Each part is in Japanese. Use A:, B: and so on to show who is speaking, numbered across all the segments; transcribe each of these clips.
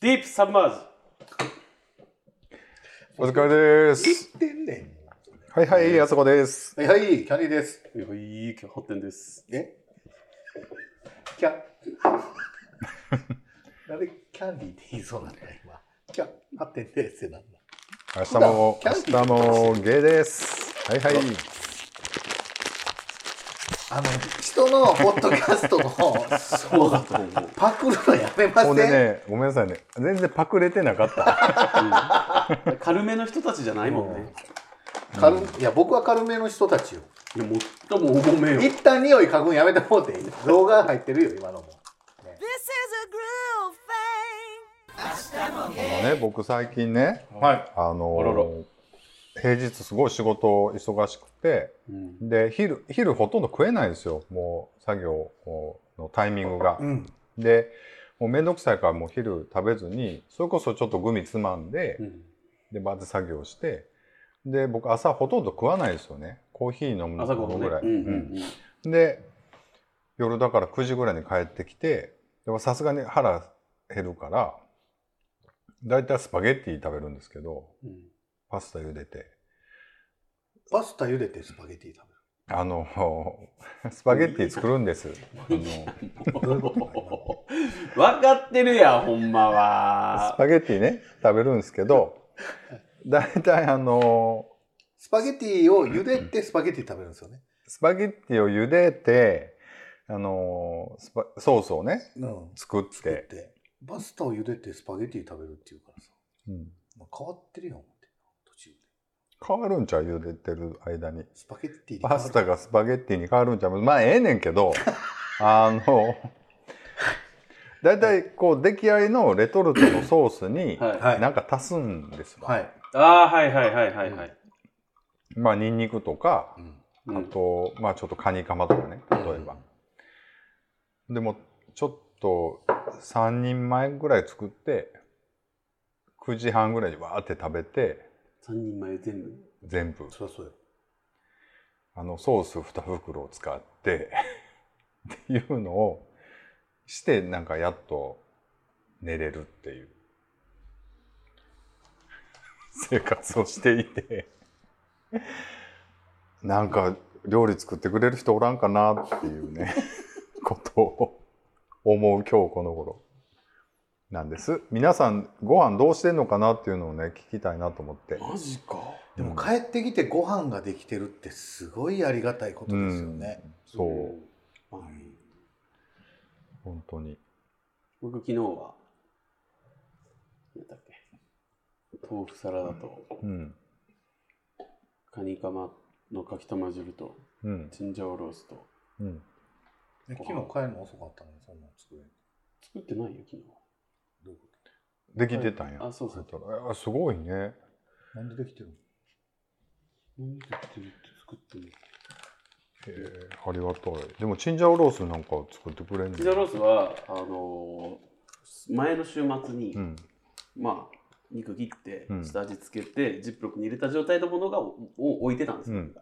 A: ディープサブマーズ
B: お疲れです。
C: てんね
B: はいはい、あそこです。
C: ん。はいはい、キャリーです。
A: いやいいホッテンです
C: えキ ャ。なんでキャンディーって言いそうなんだよ、今。キャ、ハテンですってなんだ。
B: 明日も、
C: キャンディー
B: 明日もゲイです。はいはい。
C: あの、人のポッドキャストの、そうだと思う。パクるのやめませ
B: ほ
C: ん。
B: んでね、ごめんなさいね。全然パクれてなかった。
A: 軽めの人たちじゃないもんね、
C: 軽いや、僕は軽めの人たちよ。
A: いや最も重めよ
C: 一旦匂い嗅ぐんやめてもうていい。動画入ってるよ、今のも。
D: This is
B: あ
D: a groove thing.
B: のね、僕最近ね、
A: はい、
B: あの
A: あらら
B: 平日すごい仕事忙しくて、
A: うん、
B: で、昼、昼ほとんど食えないんですよ。もう作業のタイミングが。
C: ん。
B: で、もうめんどくさいからもう昼食べずに、それこそちょっとグミつまんで、でバーって作業してで僕朝ほとんど食わないですよねコーヒー飲む
A: 朝
B: の
A: ごはん
B: ぐ
A: ね
B: らい、
A: うんうん
B: うんで夜だから9時ぐらいに帰ってきてでもさすがに腹減るからだいたいスパゲッティ食べるんですけど
A: うん
B: パスタ茹でて
C: パスタ茹でてスパゲティ食
B: あの スパゲッティ作るんですあの ス
A: 分かってるやんほんまは
B: パゲッティね食べるんですけどだいたいあの
C: スパゲティを茹でてスパゲティ食べるんですよね。
B: スパゲッティを茹でてあのスパソースをね
C: うん。
B: 作って
C: 作ってパスタを茹でてスパゲティ食べるっていうからさ
B: うん
C: 変わってるよ思って途中で
B: 変わるんちゃう茹でてる間に
C: スパゲッティに変わ
B: パ
C: る
B: スタがスパゲッティに変わるんちゃうまあええねんけどあの大体こう出来合いのレトルトのソースに
A: はい、
C: はい
B: なんか足すんですよ、
C: はい、
A: ああはいはいはいはいはい、
B: まあニンニクとか
C: うん
A: うん
B: あとまあちょっとカニカマとかね例えば、でもちょっと3人前ぐらい作って9時半ぐらいにわーって食べて
A: 3人前全部
B: 全部
C: そりゃそうよ
B: あのソース2袋を使って っていうのをしてなんかやっと寝れるっていう 生活をしていてなんか料理作ってくれる人おらんかなっていうね ことを思う今日この頃なんです皆さんご飯どうしてんのかなっていうのをね聞きたいなと思って
A: マジか
C: で
B: う
C: も
B: ん
C: 帰ってきてご飯ができてるってすごいありがたいことですよね、
B: そう、
A: うん、はい
B: 本当に
A: 僕昨日は何だっけ豆腐サラダと
B: うん
A: カニカマのかきたま汁と
B: うん
A: チンジャオロースと
B: うん
C: え昨日帰るの遅かったのにそんなの作れん
A: 作ってないよ昨日
C: どういうこ
B: できてたんや。
A: あそうそう
B: だからあすごいね。
C: となんでできてるの
A: 何で作ってるって作ってる
B: えー、ありがたい。でもチンジャオロースなんか作ってくれんの
A: ピザロースはあのー前の週末に、
B: うん。
A: まあ肉切って
B: うん
A: 下味つけて、ジップロックに入れた状態のものがをを置いてたんですよ、
B: うん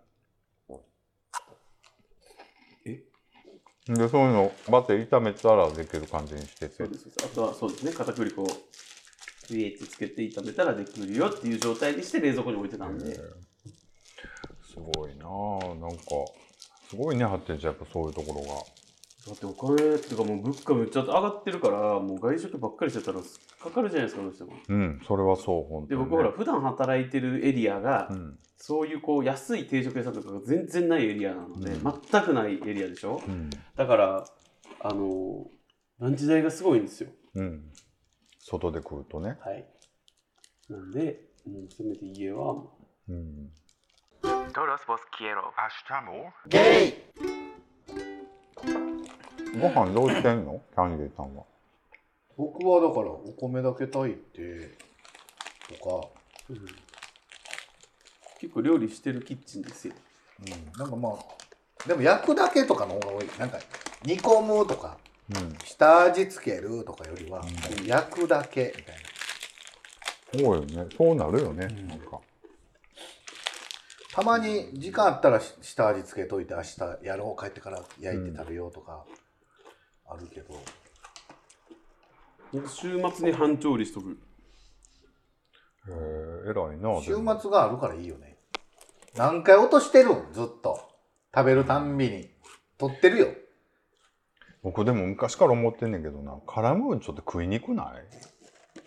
B: でそういうのバッて炒めたらできる感じにしてて
A: そう。ですそうですあとはそうですね片栗粉をビエってつけて炒めたらできるよっていう状態にして冷蔵庫に置いてたんで、
B: えーすごいなあなんかすごいねハッテンちゃんやっぱそういうところが。
A: だってお金っていうかもう物価めっちゃ上がってるからもう外食ばっかりしてたらかかるじゃないですかどうしても
B: うんそれはそう本当
A: で
B: に、ね。
A: 僕ほら普段働いてるエリアが、
B: うん
A: そういうこう安い定食屋さんとかが全然ないエリアなので、
B: うん
A: 全くないエリアでしょ
B: うん
A: だからあのランチ代がすごいんですよ
B: うん外で食うとね。
A: はいなんでもうせめて家は
B: うん。
E: Todos vos quiero.
B: ご飯どうしてんのキャンディーさんは。
C: 僕はだからお米だけ炊いてとか、
A: 結構料理してるキッチンですよ
C: うん、なんかまあでも焼くだけとかの方が多いなんか煮込むとか下味つけるとかよりは、焼くだけみたいな
B: うん。そうよね。そうなるよね。なんか。
C: たまに時間あったらし下味つけといて明日やろう帰ってから焼いて食べようとかあるけど、
A: 週末に半調理しとく。
B: えー、偉いな。
C: 週
B: でも
C: 末があるからいいよね何回落としてるんずっと食べるたんびに取ってるよ
B: 僕でも昔から思ってんねんけどな、カラムーチョって食いにくない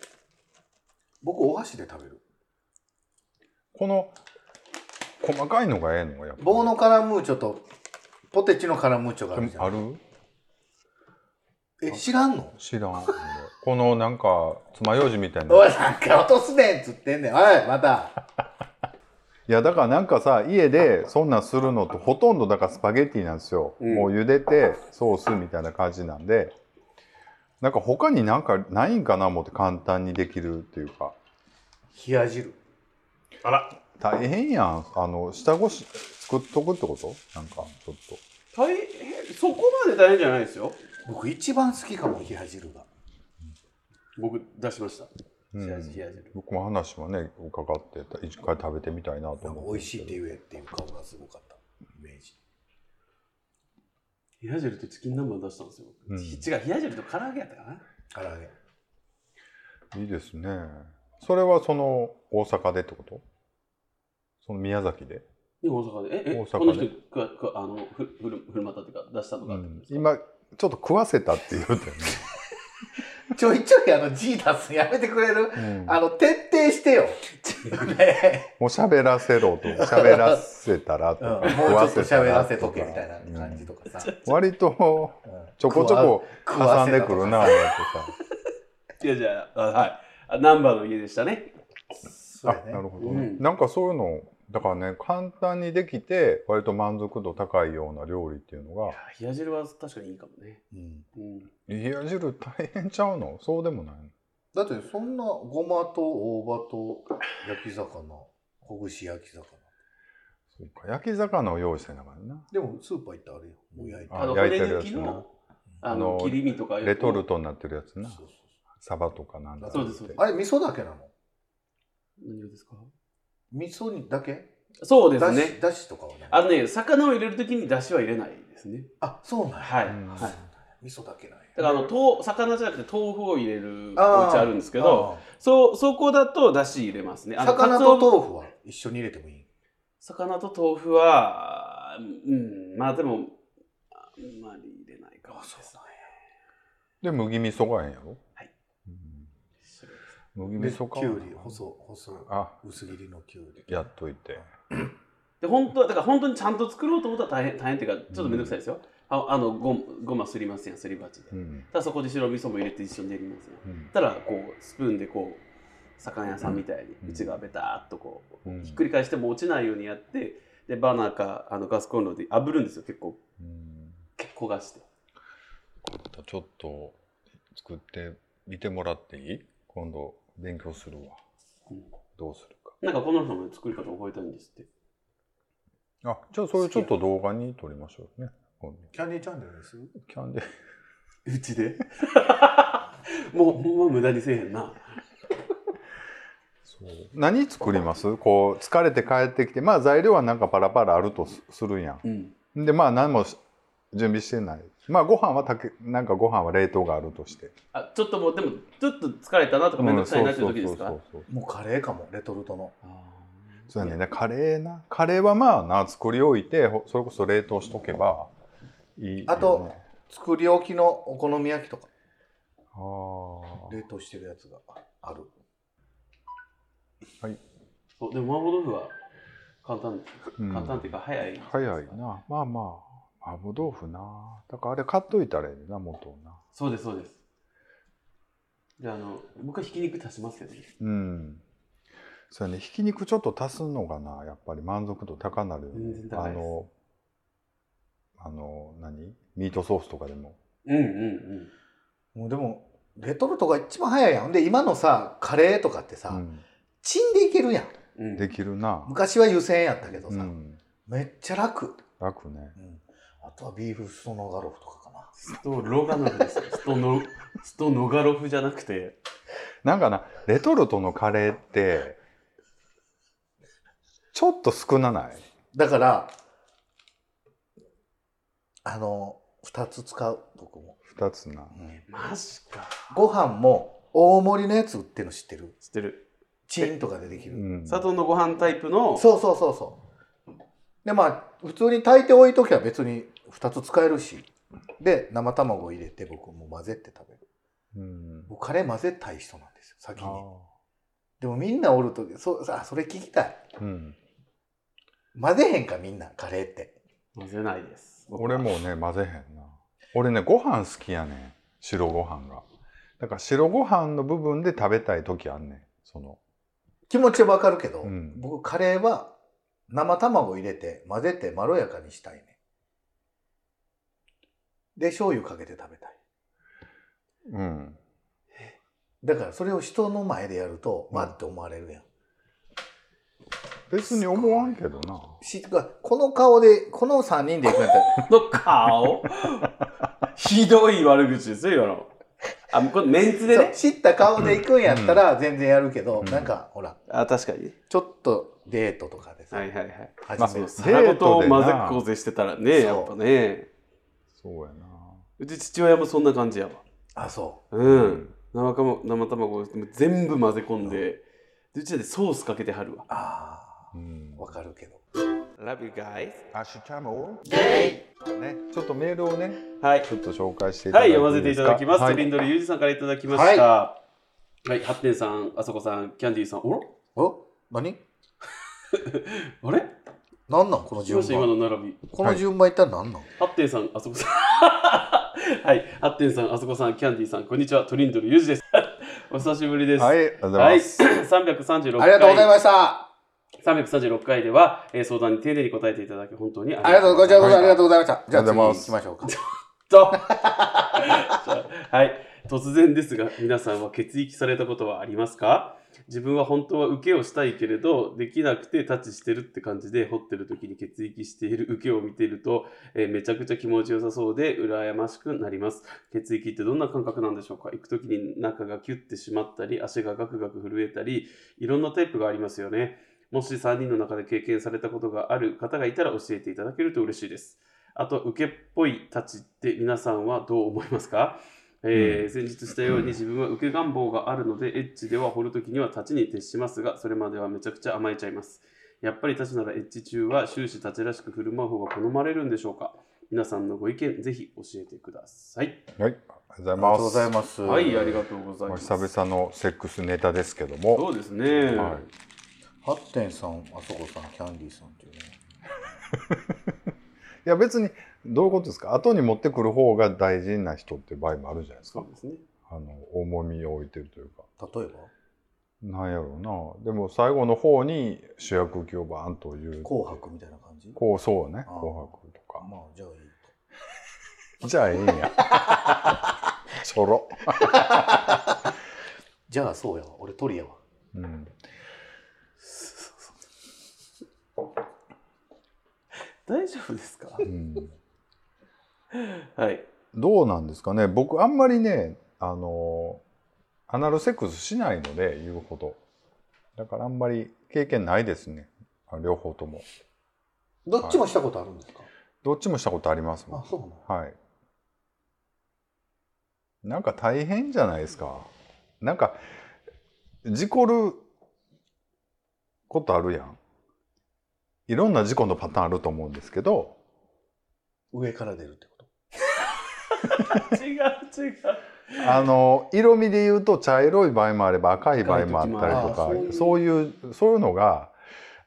C: 僕お箸で食べる
B: この、細かいのがええのやっぱ。
C: 棒のカラムーチョとポテチのカラムーチョがあるじ
B: で
C: ゃ
B: もあ
C: ん
B: る
C: え知らんの
B: 知らん。俺このなんか、爪楊枝みたいな。
C: おいなんか落とすねんっつってんねんおいまた
B: いやだからなんかさ家でそんなんするのとほとんどだからスパゲッティなんですよ、
A: うん
B: もう茹でてソースみたいな感じなんでなんか他になんかないんかな思って簡単にできるっていうか
C: 冷や汁
A: あら、
B: 大変やんあの下ごし作っとくってことなんかちょっと
A: 大変、そこまで大変じゃないですよ。
C: 僕一番好きかも冷や汁が
A: 僕、出しました。
B: うん
A: 冷や汁冷や汁
B: 僕も話もね伺ってた一回食べてみたいなと
C: なんか
B: 思
C: 美
B: っ
C: 味
B: て
C: しいって言えっていう顔がすごかったイメージ
A: 冷や汁とチキン南蛮出したんですよ。
B: うん
A: 違う、冷や汁と唐揚げやったかな。
C: 唐揚げ
B: いいですねそれはその大阪でってことその宮崎で
A: で、大阪で。え、え、
B: 大阪で
A: この人、くわ、くわ、あの、ふ、ふる、ふるまたっていうか、出したの
B: う
A: かって
B: ん
A: ことですか。
B: 今ちょっと食わせたって言うて ね、
C: ちょいちょいあの G 出すのやめてくれる
B: うん
C: あの徹底して よ、ね
B: もう喋らせろ と喋らせたらと
C: うん、
B: か、
C: もうちょっと
B: 食
C: 喋
B: わ
C: ら
B: せ
C: せ
B: た
C: と
B: か
C: けみたいな感じとかさ、
B: うん割と
C: うん
B: ちょこちょこ
C: 食
B: 挟
C: わ
B: ん
C: せ
B: でくるなあ
A: いや、じゃあ、あはい。あ、南蛮の家でしたね。
C: そ
B: あ
C: うやね
B: なるほどね、
A: うん
B: なんかそういうのだからね簡単にできて割と満足度高いような料理っていうの
A: い
B: が
A: や冷や汁は確かにいいかもね。
C: う
A: う
C: ん
A: ん。
B: 冷や汁大変ちゃうのそうでもないの
C: だってそんなごまと大葉と焼き魚ほぐし焼き魚
B: そうか焼き魚を用意してながらな
C: でもスーパー行ったらあれよもう焼いて
B: あ
A: あの、
B: 焼いて
A: 骨
B: るやつ
A: 抜きの、あの
B: あの、
A: 切り身とか。
B: レトルトになってるやつな
C: そうそう
B: サバとかなんだ
A: そうですそうです
C: あれ味噌だけなの
A: 何がですか
C: 味噌にだけ
A: そうです
C: だし、
A: ね。
C: だしとかはない
A: あのね、魚を入れるときに出汁は入れないですね。
C: あそうなんや
A: はい。
B: うん
A: はい。
C: 味噌だけなんや
A: だからあの豆魚じゃなくて豆腐を入れるお家
C: あー
A: あるんですけど
C: あ
A: そうそこだとだし入れますね
C: あ
A: あの
C: 魚と
A: 鰹節
C: 豆腐は一緒に入れてもいい
A: 魚と豆腐はうんまあでもあんまり入れないかもしれない
B: で麦味噌がええんやろ
A: はい、
B: うん麦
C: で
B: 味噌か
C: きゅうり細細
B: あ
C: 薄切りのきゅうり
B: やっといて
A: で本当はだから本当にちゃんと作ろうと思ったら大変大変っていうかちょっと面倒くさいですよ、ああのごごますりますやんすり鉢で、
B: うん
A: ただそこで白味噌も入れて一緒にできますよ
B: うん
A: たらこうスプーンでこう魚屋さんみたいに
B: うん
A: 内側ベターっとこう、
B: うん
A: ひっくり返しても落ちないようにやってでバーナーかあのガスコンロで炙るんですよ結構
B: うん
A: 結構焦がして
B: ちょっと作ってみてもらっていい今度勉強するわ、
A: うん
B: どうするか
A: なんかこの人も作り方覚えたいんですって
B: あじゃあそれちょっと動画に撮りましょうね今度
C: キャンディーチャンネルです
B: キャンディ
A: うちで もうもう無駄にせえへんな
B: 何作りますこう疲れて帰ってきてまあ材料はなんかパラパラあるとすするや
A: うん
B: んでまあ何もし準備してないまあご飯はたけなんかご飯は冷凍があるとして
A: あちょっともうでもちょっと疲れたなとか面倒くさいなっていう時です
B: うん
A: か
B: そうそうそうそう
C: もうカレーかもレトルトの
B: そうやね、カレーな。カレーはまあな、作り置いて、ほそれこそ冷凍しとけばいい、
C: あと、作り置きのお好み焼きとか
B: あー
C: 冷凍してるやつがある
A: そうでも麻婆豆腐は簡単
B: うん
A: 簡単っていうか早い、
B: 早いな。まあまあ、麻婆豆腐な。だからあれ買っといたらええな、元をな。
A: そうですそうですであの僕はひき肉足しますけどね
B: うん。そうやね、ひき肉ちょっと足すのがな、やっぱり満足度高なるよ
A: 全
B: ね
A: 然。高
B: あ
A: いです
B: の、あの、何ミートソースとかでも。
A: うんうん
C: もうでもレトルトが一番早いやんで今のさカレーとかってさ、
B: うん、
C: チンでいけるやん
A: うんうん
B: できるな。
C: 昔は湯煎やったけど
B: う
C: さ、
B: ん。
C: めっちゃ楽、
B: 楽ね。
C: あとはビーフストノガロフとかかな
A: ストロガノフ ですよストノストノガロフじゃなくて
B: なんかな、レトルトのカレーって、ちょっと少なない
C: だからあの2つ使う僕も
B: 2つな
A: マジか。
C: ご飯も大盛りのやつ売ってるの知ってる
A: 知ってる。
C: チンとかででき
B: う
C: る、
B: ん
A: 砂糖のご飯タイプの、
C: そうそうそうそうでまあ普通に炊いておいときは別に2つ使えるしで生卵入れて僕もう混ぜて食べる
B: うん
C: 僕カレー混ぜたい人なんですよ先
B: あ
C: に
B: ー
C: でもみんなおるとそあそれ聞きたい
B: うん
C: 混ぜへんかみんなカレーって
A: 混ぜないです。僕
B: 俺。もうね混ぜへんな俺ねご飯好きやねん白ご飯がだから白ご飯の部分で食べたい時あんねんその
C: 気持ちはわかるけど、
B: うん
C: 僕カレーは生卵入れて混ぜてまろやかにしたいねで醤油かけて食べたい
B: うん
C: だからそれを人の前でやると、
B: うん
C: わって思われるやん
B: 別に思わんけどな
C: しこの顔でこの3人で行くんや ったら
A: の顔ひどい悪口ですよ、今の。あ、これメンツで
C: そう
A: ね。
C: 知った顔で行くんやったら全然やるけど、
B: うん
C: なんかほら
A: あ、確かに。
C: ちょっとデートとかでさ、
A: はいはいはい。
C: 始
B: まあ
C: める
B: そ
A: 皿ごと
B: デートで
A: 混
B: な
A: ぜっこぜしてたらね、やっぱね。
B: そうやな
A: うち父親もそんな感じやわ。
C: あそう
A: うん。生卵生卵全部混ぜ込んで、でうちでソースかけてはるわ。
C: あ
B: うん
C: あわかるけど
A: Love you guys。
B: アシュチャモねちょっとメールをね
A: はい。
B: ちょっと紹介していた
A: は
B: だ
A: い、
B: いてい
A: 読ませ
B: い
A: て
B: で
A: い
B: す
A: た
B: か
A: だきます。
B: は
A: トリンドルユージさんからいただきました。はい、ハッテンさん、あそこさん、キャンディーさん、おら
C: お何
A: あれ
C: なんなんこの
A: しま
C: 順
A: した今の
C: 番
A: 並び。
C: この順番一体なんなん、
A: ハッテンさん、あそこさん。 はい、ハッテンさん、あそこさん、キャンディーさん、こんにちは、トリンドルユージです。 お久しぶりです。
B: はいあ
A: い。
B: りがとうござ
A: はいい、
B: ます
A: 336回
C: ありがとうございました
A: 336回では、えー相談に丁寧に答えていただき、本当にあ
C: ありがとうございました。ありがとう
A: う
C: ございました。じゃあ
B: ありがとうござ
C: 次
B: いま
C: 行
B: す
C: きましょうか。
A: ございます。とじゃあはい、突然ですが、皆さんは血液されたことはありますか自分は本当は受けをしたいけれど、できなくてタッチしてるって感じで、掘ってる時に血液している受けを見てると、えーめちゃくちゃ気持ちよさそうで、羨ましくなります。血液ってどんな感覚なんでしょうか行く時に中がキュッてしまったり、足がガクガク震えたり、いろんなタイプがありますよね。もし3人の中で経験されたことがある方がいたら教えていただけると嬉しいです。あと、受けっぽいたちって皆さんはどう思いますか、えー先日したように自分は受け願望があるので、エッチでは掘るときには立ちに徹しますが、それまではめちゃくちゃ甘えちゃいます。やっぱり立ちならエッチ中は終始立ちらしく振る舞う方が好まれるんでしょうか皆さんのご意見、ぜひ教えてください。
B: はいありがとうござい
C: ありが
B: ま
C: とうご
B: す
C: ざいます。
A: とうござ
B: 久々のセックスネタですけども
A: うですね
B: はい
C: ハッテンさん、あそこさん、キャンディーさんっていうね。
B: いや別にどういうことですか後に持ってくる方が大事な人っていう場合もあるじゃないです
A: そ
B: か
A: うですね。
B: あの重みを置いてるというか
C: 例えば
B: なんやろうなでも最後の方に主役級をバーンという
C: 紅白みたいな感じ
B: こうそうね
C: あー
B: 紅白と
C: あ
B: か
C: まあ、じゃあいい
B: じゃあいいん やちょろ、
C: じゃあそうやわ。俺トリやわ。
B: うん、
A: 大丈夫ですか
B: うん
A: はい。
B: どうなんですかね僕あんまりねあのアナルセックスしないので言うほどだからあんまり経験ないですねあ両方とも
C: どっちもしたことあるんですか、
B: どっちもしたことありますもん
C: あ、そうなの
B: はい。なんか大変じゃないですか。なんか、事故ることあるやん。いろんな事故のパターンあると思うんですけど、
C: 上から出るってこと。
A: 違う違う。
B: あの、色味で言うと茶色い場合もあれば赤い場合もあったりとか
C: 赤い時もある、
B: そういう、そういうのが、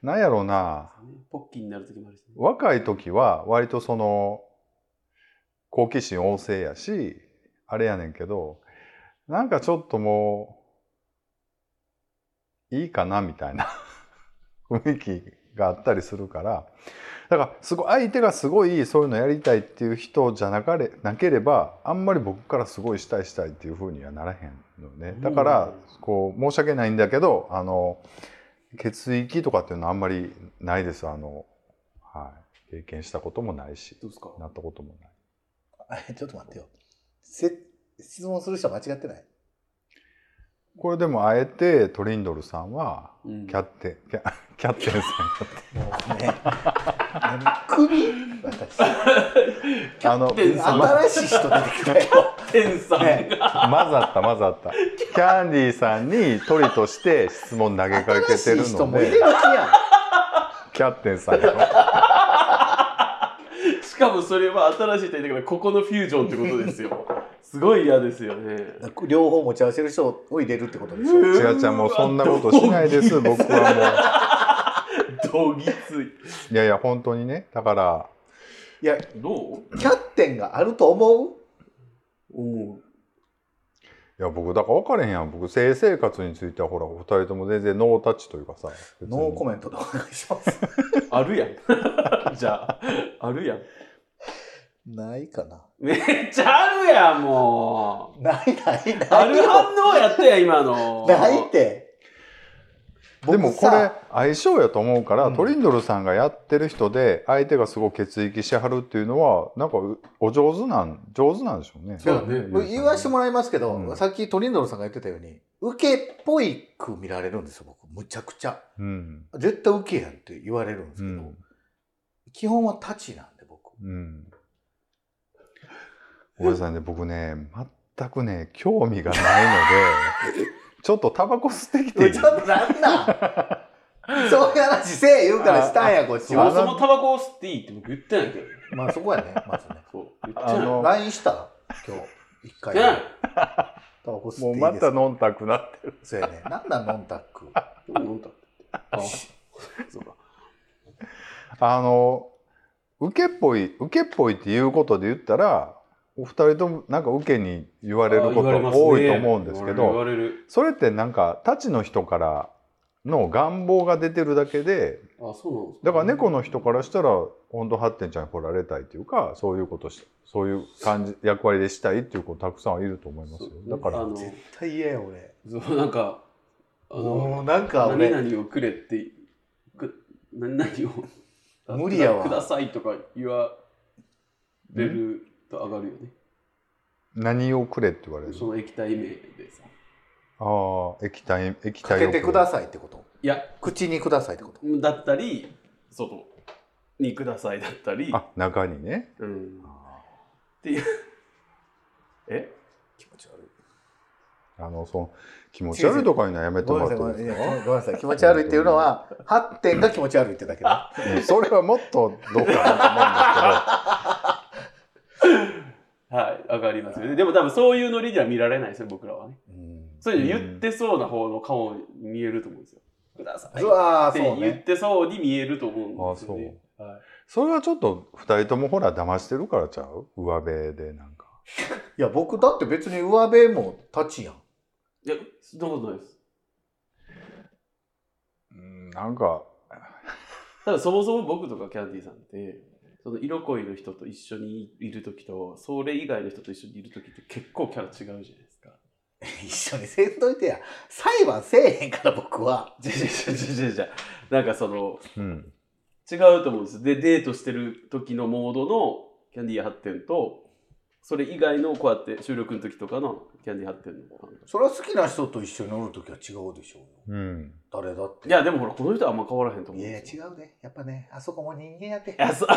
B: なんやろうな、
A: ポッキーになる時もあるし、ね。
B: 若い時は割とその好奇心旺盛やしあれやねんけどなんかちょっともういいかなみたいな 雰囲気があったりするからだからすごい相手がすごいそういうのやりたいっていう人じゃなかれなければあんまり僕からすごいしたいしたいっていうふうにはならへんのねだからこう申し訳ないんだけどあの血液とかっていうのはあんまりないですあの、はい、経験したこともないし
A: どうですか
B: なったこともない
C: あちょっと待ってよ。せ質問する人は間違ってない
B: これでもあえてトリンドルさんは
A: うん
B: キャッテン、キャキャッテンさん
C: もう ね首私
B: あの
A: キャッテンさん
C: 新しい人出てきた よ、
A: テンさん
C: ね
A: が
B: 混ざった混ざったキャンディーさんにトリとして質問投げかけて
C: 新しい
B: る
C: 人
B: の
C: も入れる
B: で
C: 気や
B: キャッテンさんやろ
A: しかもそれは新しいって言ってからここのフュージョンってことですよすごい嫌ですよね
C: ん両方持ち合わせる人を入れるってことでしょ
B: ちがちゃんもうそんなことしないです僕は
A: どぎつい
B: もういやいや本当にねだから
C: いや
A: どう
C: キャッテンがあると思う
A: 思
B: いや僕だから分かれへんやん僕性生活についてはほらお二人とも全然ノータッチというかさ別に
C: ノーコメントでお願いし ます。
A: うあるや んじゃああるやん
C: ないかな。
A: めっちゃあるやんもう
C: ないないない。
A: ある反応やったやん今の
C: ないって。
B: でも
C: 僕
B: これ
C: さ
B: 相性やと思うから、
C: うん
B: トリンドルさんがやってる人で相手がすごい血液しはるっていうのはなんかうお上手なん上手なんでしょうね。
A: そうだね
C: 僕言わしてもらいますけど、
B: うん
C: さっきトリンドルさんが言ってたように、受けっぽいく見られるんですよ、僕。むちゃくちゃ。
B: うん
C: 絶対受けやんって言われるんです
B: う
C: けど、
B: ん
C: 基本は立ちなんで、僕。
B: うん。ごめんなさいね僕ね全くね興味がないのでちょっとタバコ吸ってきていい
C: ちょっとなんな んそういう話せえ言うからしたんや、こっち
A: そもそ
C: は。
A: もタバコを吸っていいって僕言ってないけど
C: まあそこやね、まずね。
A: そう言って
B: あ
A: ない
B: の
C: LINE した今日、一回。
A: 言っ
C: タバコ吸っていいですか
B: もうまた飲んたくなってる。
C: そうやね。 なんだノンタック。
A: てないうん飲んだあそうか
B: あの受けっぽい受けっぽいっていうことで言ったらお二人ともなんか受けに言われるこ
A: あ言われ
B: と
A: ますね
B: 多いと思うんですけど
A: 言われる
B: それってなんかたちの人からの願望が出てるだけで
A: 言われるあそうなんです
B: だから猫の人からしたら温度発展ちゃんに来られたいというかそういうことしそういう感じ役割でしたいっていう子たくさんいると思いますよだか
A: あ
B: ら
A: の
C: 絶対嫌や俺。
A: そうなんかあの
C: もうなんか
A: 何
C: 俺、
A: 々をくれってく何々をあ
C: 無理やわ
A: くださいとか言われると上がるよね
B: 何をくれって言われる
A: その液体名でさ
B: ああ液体液
C: か
B: 体
C: け
B: を
C: てくださいってこと。
A: いや
C: 口にくださいってこと。
A: だったり外にくださいだったり
B: あ中にね
A: うんっていうえ
C: 気持ち悪い。
B: あのその気持ち悪いとかいうのはやめて
C: ご
B: も
C: め
B: ら
C: ん
B: って
C: な
B: もい
C: さ
B: い
C: い、
B: ですか
C: ごめんなさい。気持ち悪いっていうの は、発展が気持ち悪いってだけだ。
B: うんそれはもっとどうかな
A: はい上がりますよねでも多分そういうノリでは見られないですよ僕らはね
B: うん
A: そういうの言ってそうな方の顔に見えると思うんですよくださいう
C: わ
A: っ
C: ー、
A: て
C: そう
A: 言っ
C: ね。
A: てそうに見えると思うんですよねはい
B: と思うんですけどそれはちょっと二人ともほら騙してるからちゃう上辺でなんか
C: いや、僕だって別に上辺も立ちやん。
A: いや、そんなことないです。
B: うんなんか
A: ただそもそも僕とかキャンディーさんって、その色恋の人と一緒にいるときと、それ以外の人と一緒にいるときって結構キャラ違うじゃないですか。
C: 一緒にせんといてや。裁判せえへんから僕は。
A: じゃじゃじゃじゃじゃじゃなんかその、
B: うん
A: 違うと思うんです。で、デートしてる時のモードのキャンディー発展と、それ以外のこうやって収録の時とかのキャンディー発展の感覚
C: それは好きな人と一緒におるときは違うでしょうよ。
B: うん
C: 誰だって。
A: いや、でもほら、この人はあんま変わらへんと思う
C: い
A: ん
C: やいや
A: です
C: 違
A: よ。
C: うね。やっぱね、あそこも人間やって。
A: いや、そ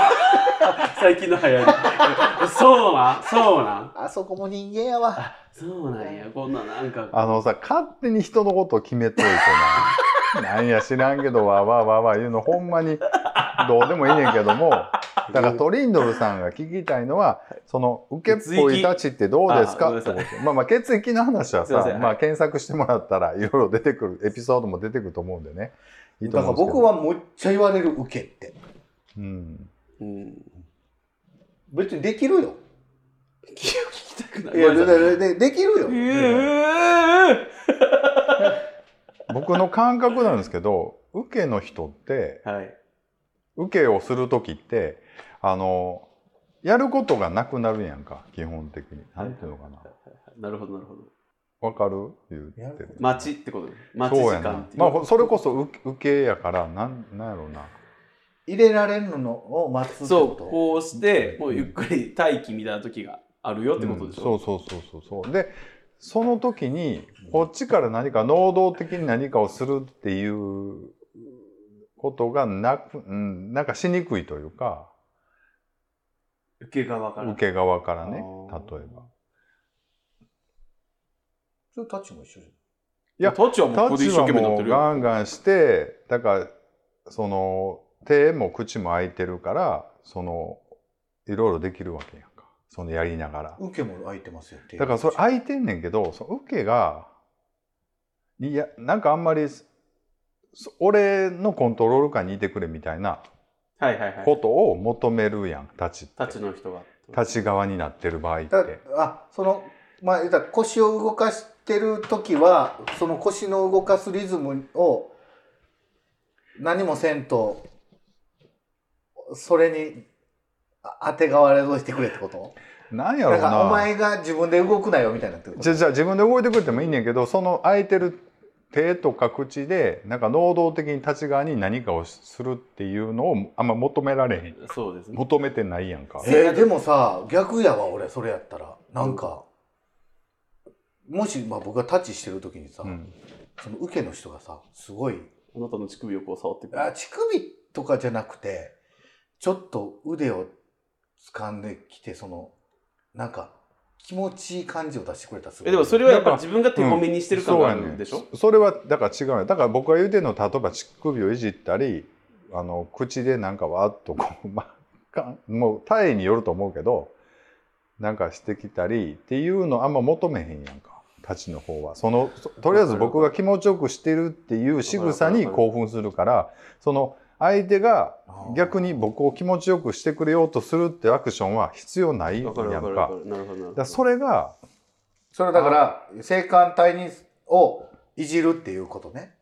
A: 最近の流行り。 そうなんそうなん
C: あそこも人間やわ。
A: そうなんや、こんななんか。
B: あのさ勝手に人のことを決めといて ななんや知らんけどわーわーわーわー言うのほんまにどうでもいいねんけどもだからトリンドルさんが聞きたいのはその受けっぽいたちってどうですかっ
A: 血
B: て
A: 液あごめんな
B: ことまあまあ血液の話は
A: すいませ
B: さ
A: ん
B: まあ検索してもらったらいろいろ出てくるエピソードも出てくると思うんでねいいと
C: だか
B: 思
C: ら
B: うんですけ
C: 僕
B: ど
C: はむっちゃ言われる受けって
B: うん
A: うん。
C: 別にできるよ
A: 気を聞きたくないい。
C: や
A: ごめん
C: で
A: なさい
C: ででできるよ、
A: うー
B: 僕の感覚なんですけど受けの人って
A: はい。
B: 受けをする時ってあのやることがなくなるやんか基本的になんていうのかな
A: なるほど、なるほど。
B: わかる言うて
C: やるこ
A: 待ちってことね。待ち
B: そ
A: 時
B: うや
A: 間っ
B: な
A: ていう。
B: まあほそれこそ受け受けやからなんなんやろうな
C: 入れられるのを待つって
A: そう、
C: こ
A: こうして、もうゆっくり待機みたいな時があるよってことでしょ。
B: うんそうそうそうそうそうでその時にこっちから何か能動的に何かをするっていうことがなく、うん、なんかしにくいというか、
A: 受け側から。
B: 受け側からね
A: あ、ー
B: 例えば。
F: それタッチも一緒じゃん。
B: いや
F: タッチはもうここで一生
B: 立場
F: 懸命乗っ
B: も
F: てる
B: ガ
F: よ。
B: ンガンして、だから、その、手も口も開いてるから、その、いろいろできるわけやんか。そのやりながら。
F: 受けも空いてますよ。手
B: だからそれ空いてんねんけど、その受けが、いや、なんかあんまり、そ俺のコントロール下にいてくれみたいな
A: はいはいはい。
B: ことを求めるやん、立ちって。
A: たちの人が。
B: 立ち側になってる場合って。
C: だあそのまあ言ったら腰を動かしてる時はその腰の動かすリズムを何もせんとそれにあ当てがわれといてくれってこと
B: なんやろ
C: な
B: うんな。
C: かお前が自分で動くなよみたいなってこと
B: じゃじゃあ自分で動いてくれてもいいねんけどその空いてる手とか口でなんか能動的に立ち側に何かをするっていうのをあんま求められへん
A: そうですね。
B: 求めてないやんか
C: えーでもさ逆やわ俺それやったらなんか、もし、まあ、僕がタッチしてる時にさ、
B: うん
C: その受けの人がさすごい
A: あなたの乳首をこう触ってくる。
C: あ乳首とかじゃなくてちょっと腕を掴んできてそのなんか気持ちいい感じを出してくれたらすごい
A: えでもそれはやっぱ自分が手こみにしてる感
B: そう
A: が
B: や
A: あ
B: ね
A: るん
B: ん
A: でしょ、
B: そそれはだから違うよだから僕が言うてるのは例えば乳首をいじったりあの口でなんかわーっとこう、まあかん、もう体位によると思うけどなんかしてきたりっていうのあんま求めへんやんかたちの方はそのそとりあえず僕が気持ちよくしてるっていう仕草に興奮するからその相手が逆に僕を気持ちよくしてくれようとするってアクションは必要ないやん
A: わ
B: か
A: かるわかるわかる。なるほどなるほ
B: だ
A: ど
B: から。そ れが
C: それはだから性感帯にをいじるっていうことね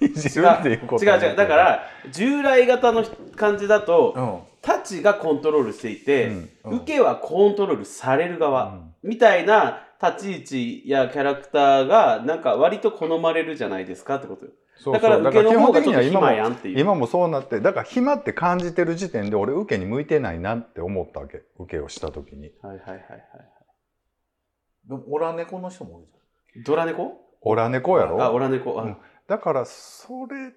B: いじるっていうこと
A: 違う違う。だから、従来型の感じだと、
C: ん
A: タチがコントロールしていて、
B: うん
A: 受けはコントロールされる側、
B: うん
A: みたいな立ち位置やキャラクターが、なんか割と好まれるじゃないですかってことよ。
B: そうそう
A: だから受けの方がちょっと暇やんっていう。
B: 今もそうなってだから暇って感じてる時点で俺受けに向いてないなって思ったわけ受けをした時に
A: はいはいはいはい。
F: でもオラ猫の人も多いじ
A: ドラ猫
B: オラ猫や
A: あ、オ
B: ろ
A: ラ猫。あ
B: うんだからそれ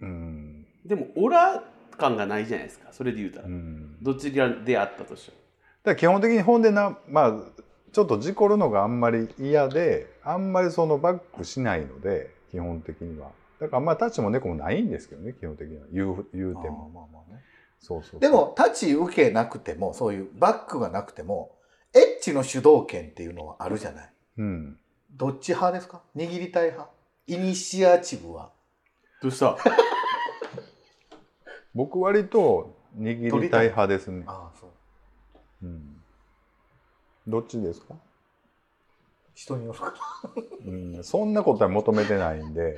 B: うん
A: でも、オラ感がないじゃないですか。それで言うたら。
B: うんだか
A: どちらであったとしても。
B: ら基本的にほんでなまあちょっと事故るのがあんまり嫌であんまりそのバックしないので基本的にはだからまあタッチも猫もないんですけどね基本的には言う言う
F: ゃん。
B: ても
F: まあまあね。
B: そうそうそう
C: でも立ち受けなくてもそういうバックがなくてもエッチの主導権っていうのはあるじゃない
B: うん
C: どっち派ですか握りたい派イニシアチブは
A: どうした
B: 僕割と握りたい派ですね
C: ああそう
B: うんどっちですか、
C: 人によるか
B: うん、そんなことは求めてないんで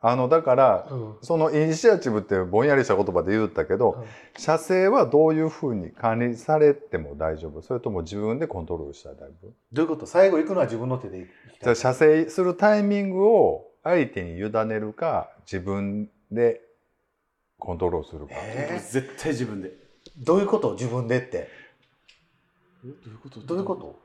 B: あのだからそのイニシアチブってぼんやりした言葉で言ったけど、射精はどういうふうに管理されても大丈夫それとも自分でコントロールしたら大丈夫
C: どういうこと最後行くのは自分の手で行き
B: じゃあ射精するタイミングを相手に委ねるか自分でコントロールするか、
C: えー
A: 絶対自分で。
C: どういうこと自分でって
A: どういうこと
C: どういうこと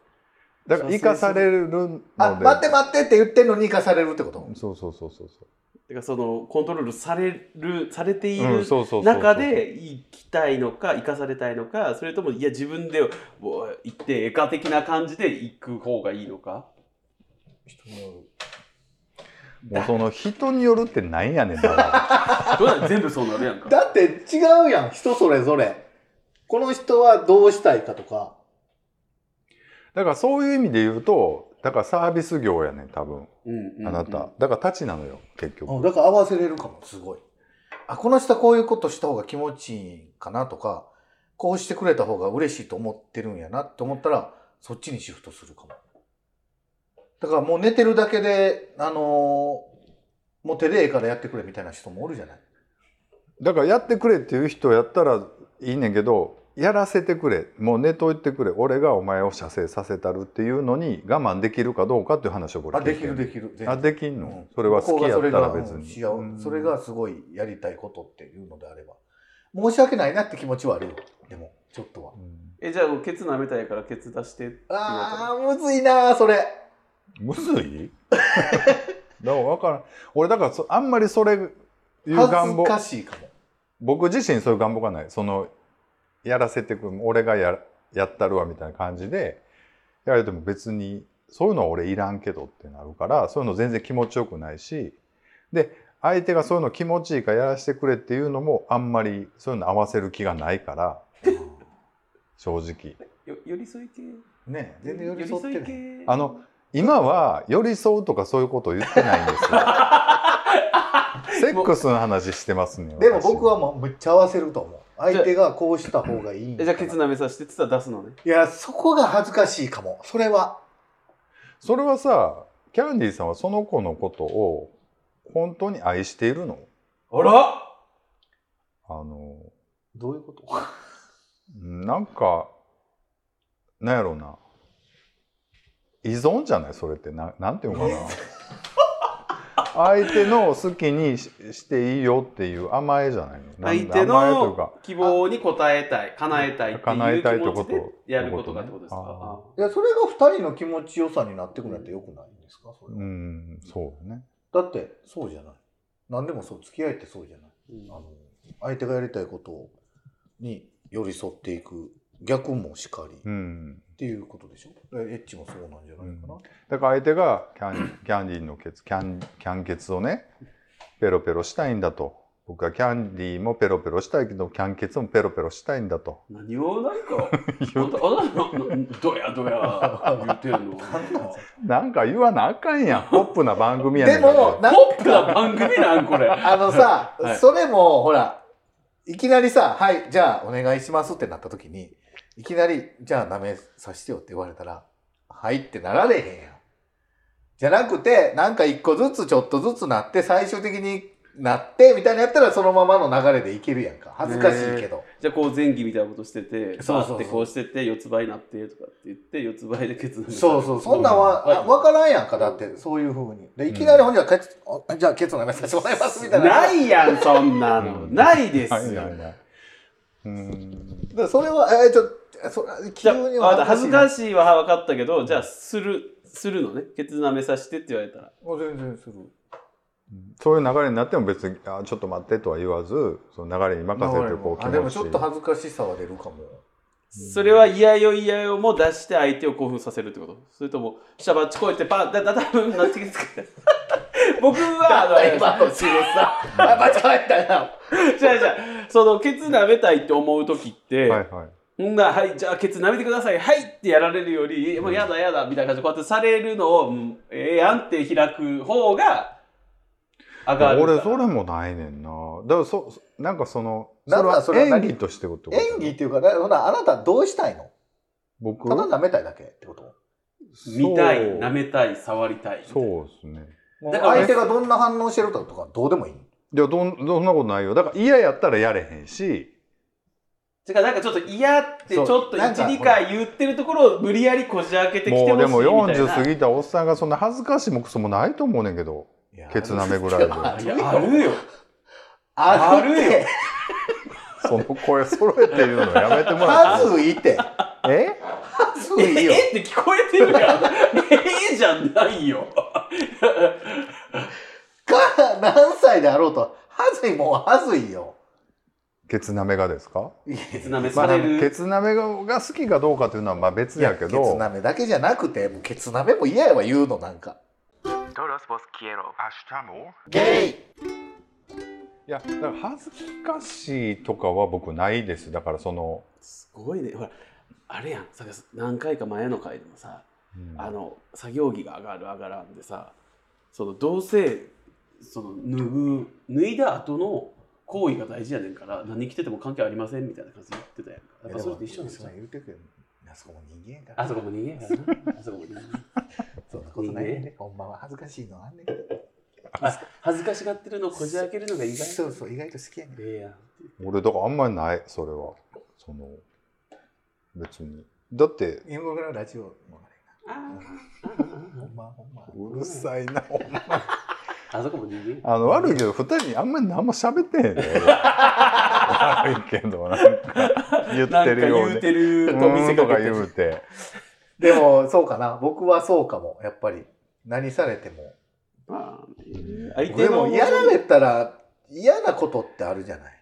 B: だから生かされるので
C: あ待って待ってって言ってんのに生かされるってこと
B: そうそうそうそうそう
A: てかそのコントロールされるされてい
B: うん
A: る
B: そうそうそうそう
A: 中で生きたいのか生かされたいのかそれともいや自分でもう行ってエカ的な感じで行く方がいいのか
F: 人による。
B: もうその人によるってなんやねんだ から。
A: どうだ全部そうなるやんか
C: だって違うやん人それぞれこの人はどうしたいかとか
B: だからそういう意味で言うと、だからサービス業やねん、多分。
A: うんうんうん
B: あなた。だから立ちなのよ、結局。
C: だから合わせれるかもすごいあこの人はこういうことした方が気持ちいいかなとかこうしてくれた方が嬉しいと思ってるんやなって思ったらそっちにシフトするかもだからもう寝てるだけであのーもう手でええからやってくれみたいな人もおるじゃない
B: だからやってくれっていう人やったらいいねんけど、やらせてくれ。もう寝といてくれ。俺がお前を射精させたるっていうのに我慢できるかどうかっていう話をこれ
C: あできるで
B: き
C: きる
B: あ、できん
C: う
B: の、
C: ん
B: それは好きやった
C: 向こう
B: ら
C: が
B: 別
C: それがうん
B: に。
C: 幸せそれがすごいやりたいことっていうのであれば申し訳ないなって気持ちはあるよでもちょっとは
B: うん
A: え、じゃあ、ケツ舐めたいからケツ出してって言わ
C: あー、むずいなー、それ。
B: むずい だから分からん俺だからそあんまりそれいう
C: 恥
B: 願
C: ず
B: 望
C: かしいかも。
B: 僕自身そういう願望がないそのやらせてく俺がややったるわみたいな感じでやられても別にそういうのは俺いらんけどってなるからそういうの全然気持ちよくないしで相手がそういうの気持ちいいからやらせてくれっていうのもあんまりそういうの合わせる気がないから正直
A: れた。よ寄り添い系
C: ね全然寄り添ってない。
A: い系
B: あの今は寄り添うとかそういうこと言ってないん ですよセックスの話してますね
C: でも僕は
B: 私
C: もうむっちゃ合わせると思う。相手がこうした方がいいんだ
A: え、
C: な
A: じゃあ、ケツ舐めさせてって言ったら出すのね。
C: いや、そこが恥ずかしいかも。それは。
B: それはさキャンディーさんはその子のことを本当に愛しているの
A: あら
B: あの
C: どういうこと
B: なんかなんやろうな依存じゃないそれってななんていうのかな相手の好きにししていいよっていう甘えじゃないのなん
A: 相手
B: 甘えという
A: の
B: か
A: 希望に応えたい、叶えたいって
B: 叶えたいって
A: いう気
B: こ
A: 持
B: と
A: ちでやることがってことですか。
B: ってこ
C: いや、それが二人の気持ちよさになってくるなんてよくないんですかそれは
B: うんそうだね
C: だって、そうじゃない。何でもそう、付き合いってそうじゃない。
A: うん
C: あの相手がやりたいことに寄り添っていく。逆もしか
B: う
C: り。っ
B: ん
C: ていうことでしょエッチもそうなんじゃないかな。
B: だから相手がキャン キャンディーのケツキャンキャンケツをねペロペロしたいんだと僕はキャンディーもペロペロしたいけどキャンケツもペロペロしたいんだと
A: 何をなんか、あなたのどやどや言ってるの。ポ
B: なんか言わなあかんやんポップな番組やね
C: で
B: んから
C: も、なん
A: ップな番組なんこれ。
C: あのさ、
A: はい
C: それも、ほら、いきなりさ、はい、じゃあお願いしますってなった時に、いきなり、じゃあ舐めさせてよって言われたら、はいってなられへんやん。じゃなくて、なんか一個ずつちょっとずつなって、最終的になって、みたいなやったらそのままの流れでいけるやんか。恥ずかしいけど。
A: じゃあこう前儀みたいなことしてて、
C: そ
A: そ
C: うそう
A: う
C: そう
A: ってこうしてて、四つ倍になってとかって言って、四つ倍で決断
C: そうそう、そんなん
A: はい
C: は、あわからんやんか、だって、そういう風に。で、いきなりほんじゃ、ケツあじゃあケツ舐めさせてもらいます、みたいな。
A: ないやん、そんなの。
B: うん
A: ないです
B: はいはい
A: よ。
B: はいうん
C: だからそれは、えー、ちょっと、それ
A: じゃ
C: 急に
A: あ
C: は
A: あ恥ず
C: いな
A: かしいは分かったけど、じゃあする、するのね。ケツ舐めさせてって言われたら。
C: もう全然する。
B: そういう流れになっても別にあちょっと待ってとは言わずその流れに任せてこう気
C: あでも
B: 持
C: ち
B: ち
C: ょっと恥ずかしさは出るかも
A: それは嫌よ嫌よも出して相手を興奮させるってことそれとも、下バッチこうやってパン、だ、だ、だ、なってきて 僕は、あのあれです、
C: の仕草あ間違えたな
A: じゃあじゃあその、ケツ舐めたいって思う時って、
B: はいはい
A: ほんならはい、じゃあ、ケツ舐めてください、はいってやられるより、もうやだやだみたいな感じで、こうやってされるのを、うんええやんって開く方が、上がるから。
B: 俺それもないねんなだからそなんかその
C: なんだ
B: それ
C: それは
B: は
C: 何
B: 演技としてってこと
C: 演技っていうかだほなあなたどうしたいの
B: 僕
C: ただ舐めたいだけってこと
A: 見たい、
B: そう
A: 舐めたい、触りたい。
B: そうですね。
C: もう
A: だから
C: 相手がどんな反応してるかとかどうでもいい
B: いや、どん、どんなことないよ。だから嫌やったらやれへんし、
A: てか、なんかちょっと嫌って、ち
C: そ
A: ょ
C: う
A: っと1、
C: なんか
A: 2回言ってるところを無理やりこじ開けてきてほしいみ
B: もう
A: た
B: で
A: いな。
B: も40過ぎたおっさんがそんな恥ずかしいもクソもないと思うねん けど、ケツ舐めぐらいで。
A: いや、あるよ。
C: あるっ
A: ある
C: て
B: その声揃えて言うのやめてもら
C: は
B: って。
C: ずいて
B: え
C: はず
A: え
C: いよ
A: えって聞こえてるから。ええじゃないよ。
C: か何歳であろうとはずいもんははずいよ
B: ケツ舐めがですか
C: いや
A: ケツ舐め
B: ま
A: さ
B: あ、
A: れ
B: ケ
A: る。
B: ツ舐めが好きかどうかというのはまあ別やけ
C: ケツ
B: ど、
C: 舐めだけじゃなくてもうケツ舐めも嫌やわ言うのなんか
E: Todos vos quiero.
C: ゲイ
B: いや、だから恥ずかしいとかは僕ないです。だからその、
A: すごいね。ほら、あれやん。さ何回か前の回でもさ、
B: うん
A: あの作業着が上がる上がらんでさそのどうせその脱ぐ脱いだ後の行為が大事やねんから何着てても関係ありませんみたいな感じで言ってたやんかやっぱそれと一緒なんです
C: そ
A: よ
C: う言うてるけどあそこも人間やから
A: あそこも逃げやなあそこも逃げやな
C: そんなことないね。ほんまは恥ずかしいのあんねんけど。
A: 恥ずかしがってるのをこじ開けるのが意外
C: そうそう、意外と好きやねん。
A: ええやん
B: 俺だからあんまりない、それは。その、別に。だって、
C: 今からラジオもあれ
A: あーあーあ
C: ほんまほんま。
B: うるさいな、ほんま。
A: あそこも人間
B: あの悪いけど二人にあんまり何も喋ってへんね悪いけどなんか言ってるよう
A: なんか言う
B: で
A: てる
B: う
A: と見
B: ー
A: せ
B: んと
A: かけて
B: か言うて
C: でも、そうかな。僕はそうかも。やっぱり。何されても。
A: まあね相手
C: で
A: の
C: も、やられたら嫌なことってあるじゃない。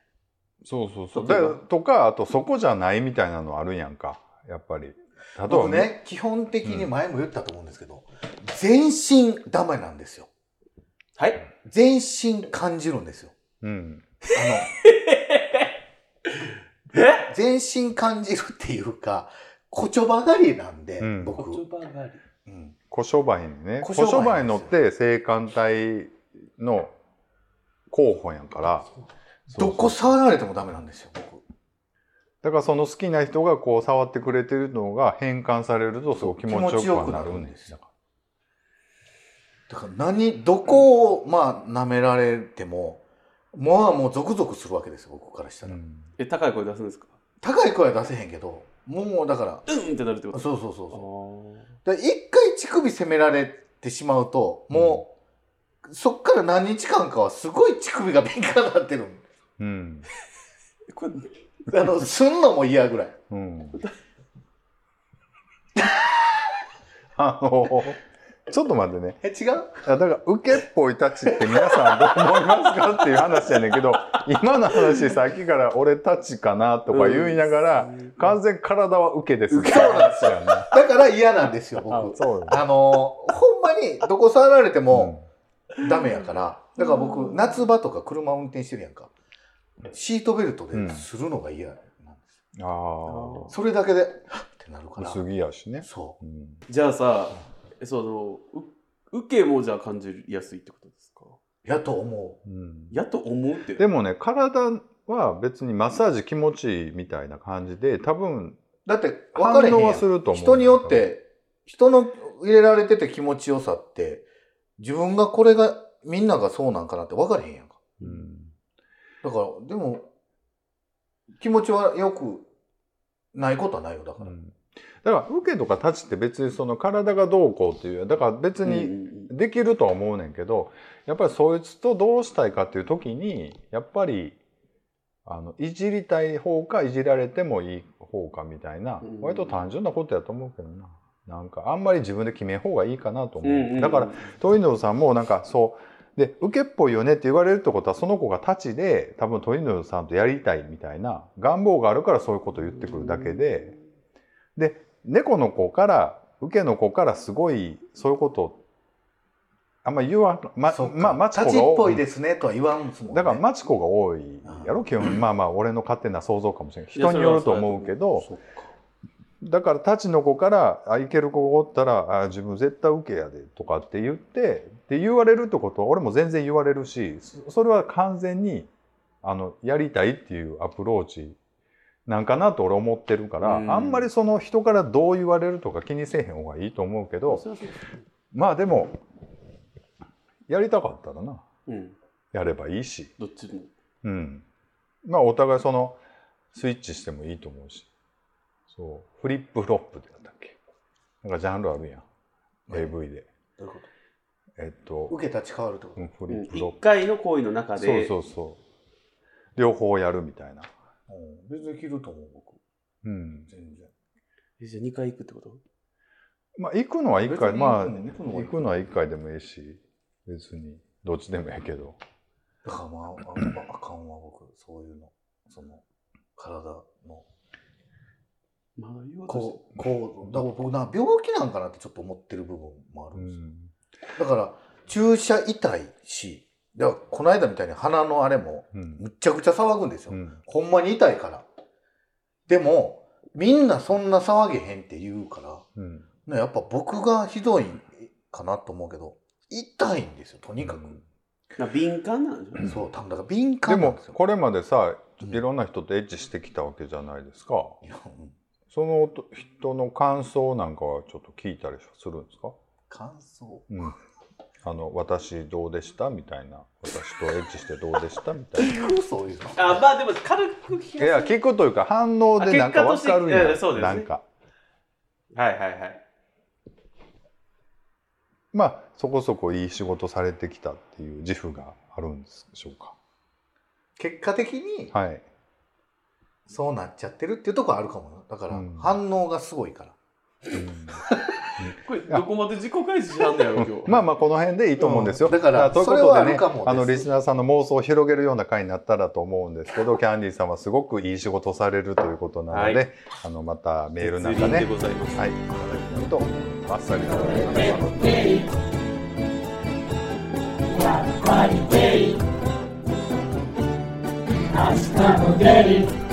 B: そうそう
A: そう
B: だからとかあとそこじゃないみたいなのあるやんかやっぱり例えば
C: 僕ね、基本的に前も言ったと思うんですけど、全身ダメなんですよ。
A: はい
C: 全身感じるんですよ。
B: うん
A: え
C: 全身感じるっていうか、こちょばがりなんで、
B: うん
C: 僕。
A: 言葉狩り
C: うん
B: 小商売にね
C: 小
B: 小
C: 商
B: 商
C: 売
B: 売のって青函隊の候補やんから
C: どこ触られてもダメなんですよ、僕。
B: だからその好きな人がこう触ってくれてるのが変換されるとすごい気持ちよくはなるんですよ。
C: だから何、どこを、まあ、舐められても、まあもうゾクゾクするわけですよ、僕からした
B: う
C: ら。
B: ん
A: え高い声出すんですか
C: 高い声は出せへんけど、もうだから、
A: うんってなるってこ
C: そう
A: と
C: そうそうそう。
A: ああ
C: だから一回乳首責められてしまうと、もう、そっから何日間かはすごい乳首が敏感になってる。
B: うん
A: これ
C: あの、すんのも嫌ぐらい。
B: うん、あのちょっと待ってね
C: え、違
B: い
C: う
B: やだから受けっぽいタッチって皆さんどう思いますかっていう話やねんけど今の話さっきから俺タッチかなとか言いながら、
A: うん
B: 完全に体は受けです
C: 受けそうなんですよ
B: よね。
C: だから嫌なんですよ、
B: あ
C: 僕。
B: そうよね
C: あの、ほんまにどこ触られてもダメやから。だから僕、夏場とか車運転してるやんか。シートベルトでするのが嫌なんです。
B: うんあ
C: それだけで、はっってなるか
B: あ
C: ら。
B: 薄着やしね。
C: そ
B: うん
A: じゃあさえそのう受けもじゃあ感じやすいってことですか
C: う。やと思
B: うん
A: やと思うって
B: でもね体は別にマッサージ気持ちいいみたいな感じで多分
C: う。だって、分
B: 反
C: かれへん
B: 応
C: や
B: は
C: ん
B: すると思う
C: 人によって、人の入れられてて気持ちよさって、自分がこれが、みんながそうなんかなって分かれへんやんか。
B: うん
C: だから、でも、気持ちはよくないことはないよ、だか
B: う
C: ら。
B: んだから受けとかタッチって別にその体がどうこうっていうだから別
A: うんう
B: に
A: んうん
B: できるとは思うねんけどやっぱりそいつとどうしたいかっていう時にやっぱりあのいじりたい方かいじられてもいい方かみたいな
A: うん
B: 割と単純なことやと思うけどななんかあんまり自分で決めん方がいいかなと思う、
A: うんうん
B: だから鳥野さんもなんかそうで受けっぽいよねって言われるってことはその子がたちで多分鳥野さんとやりたいみたいな願望があるからそういうことを言ってくるだけでで猫の子から受けの子からすごいそういうことあんま言わんま
C: そっか
B: まあマチコ
C: 立ち
B: が
C: っ
B: 多
C: ぽい
B: い
C: ですねとは言わんもんね。
B: だからマチコが多いやろ基本まあまあ俺の勝手な想像かもしれない人によると思うけど
A: そっか
B: だからたちの子から「あいける子がおったらあ自分絶対受けやで」とかって言ってって言われるってことは俺も全然言われるしそそれは完全にあのやりたいっていうアプローチなんかなと俺思ってるから、
A: うん
B: あんまりその人からどう言われるとか気にせえへん方がいいと思うけど
A: そうそうそう
B: まあでもやりたかったらな
A: うん
B: やればいいし、
A: どっちでも
B: うん、まあお互いそのスイッチしてもいいと思うしそうフリップフロップってやったっけなんかジャンルあるやん
C: 何
B: AV で
C: どういうこ
B: えっ
C: と
B: と
C: 受け立ち変わるってこ
B: うんフ
A: う
B: リ
A: ん
B: ップフロ
A: 一
B: ップ
A: 回の行為の中
B: そう
A: で
B: そうそう両方やるみたいな
C: と、うん、別に着ると思う、僕。
B: うん
C: 全然。
A: えじゃあ2回行くってこと
B: まあ行くのは一回
C: 別に
B: まあ
C: うん行くのは
B: 行くのは一回でもいいし別にどっちでもやけど
C: だからまあ、あああかんわ、僕。そういうの。その、体の。
A: まあ言おうとして
C: こう、こう、だから僕な、病気なんかなってちょっと思ってる部分もあ
B: う
C: るんですよ。
B: ん
C: だから、注射痛いし、だからこの間みたいに鼻のあれも、
B: うん
C: むっちゃくちゃ騒ぐんですよ。
B: うん
C: ほんまに痛いから。でも、みんなそんな騒げへんって言うから、
B: うん
C: ね、やっぱ僕がひどいかなと思うけど、痛いんですよ、とにかく。
B: うん
A: まあ敏感なんでしょ
C: そう、多分だから敏
B: で
C: 感なん
B: も
C: ですよ。
B: これまでさ
C: うん
B: いろんな人とエッチしてきたわけじゃないですか、
C: いやうん
B: そのと人の感想なんかはちょっと聞いたりするんですか、
C: 感想。
B: うん、あの私どうでしたみたいな私とエッチしてどうでしたみたいない
C: そういうの。
A: あまあでも軽く聞き
B: や
A: やすい
B: 聞くというか反応でなんか
A: あ
B: わ
A: 結果
B: か
A: と
B: る
A: して
B: や
A: ええそうですね
B: なんか
A: はいはいはい
B: まあそこそこいい仕事されてきたっていう自負があるんでしょうか
C: 結果的に
B: はい
C: そうなっちゃってるっていうところあるかもよだから
B: うん
C: 反応がすごいから、
A: これどこまで自己開示しはんだやろ今日
B: まあまあこの辺でいいと思うんですよ、
C: うんだから
B: というこ
C: それは
B: と
C: あ
B: で
C: る
B: ね
C: かもです
B: あのリスナーさんの妄想を広げるような回になったらと思うんです けどキャンディーさんはすごくいい仕事されるということなので、
A: は
B: あのまたメールなん
A: 絶
B: か
A: 倫
B: ね
A: でございます
B: はいいただきたいと思いますありがとうございます
G: 明日も出る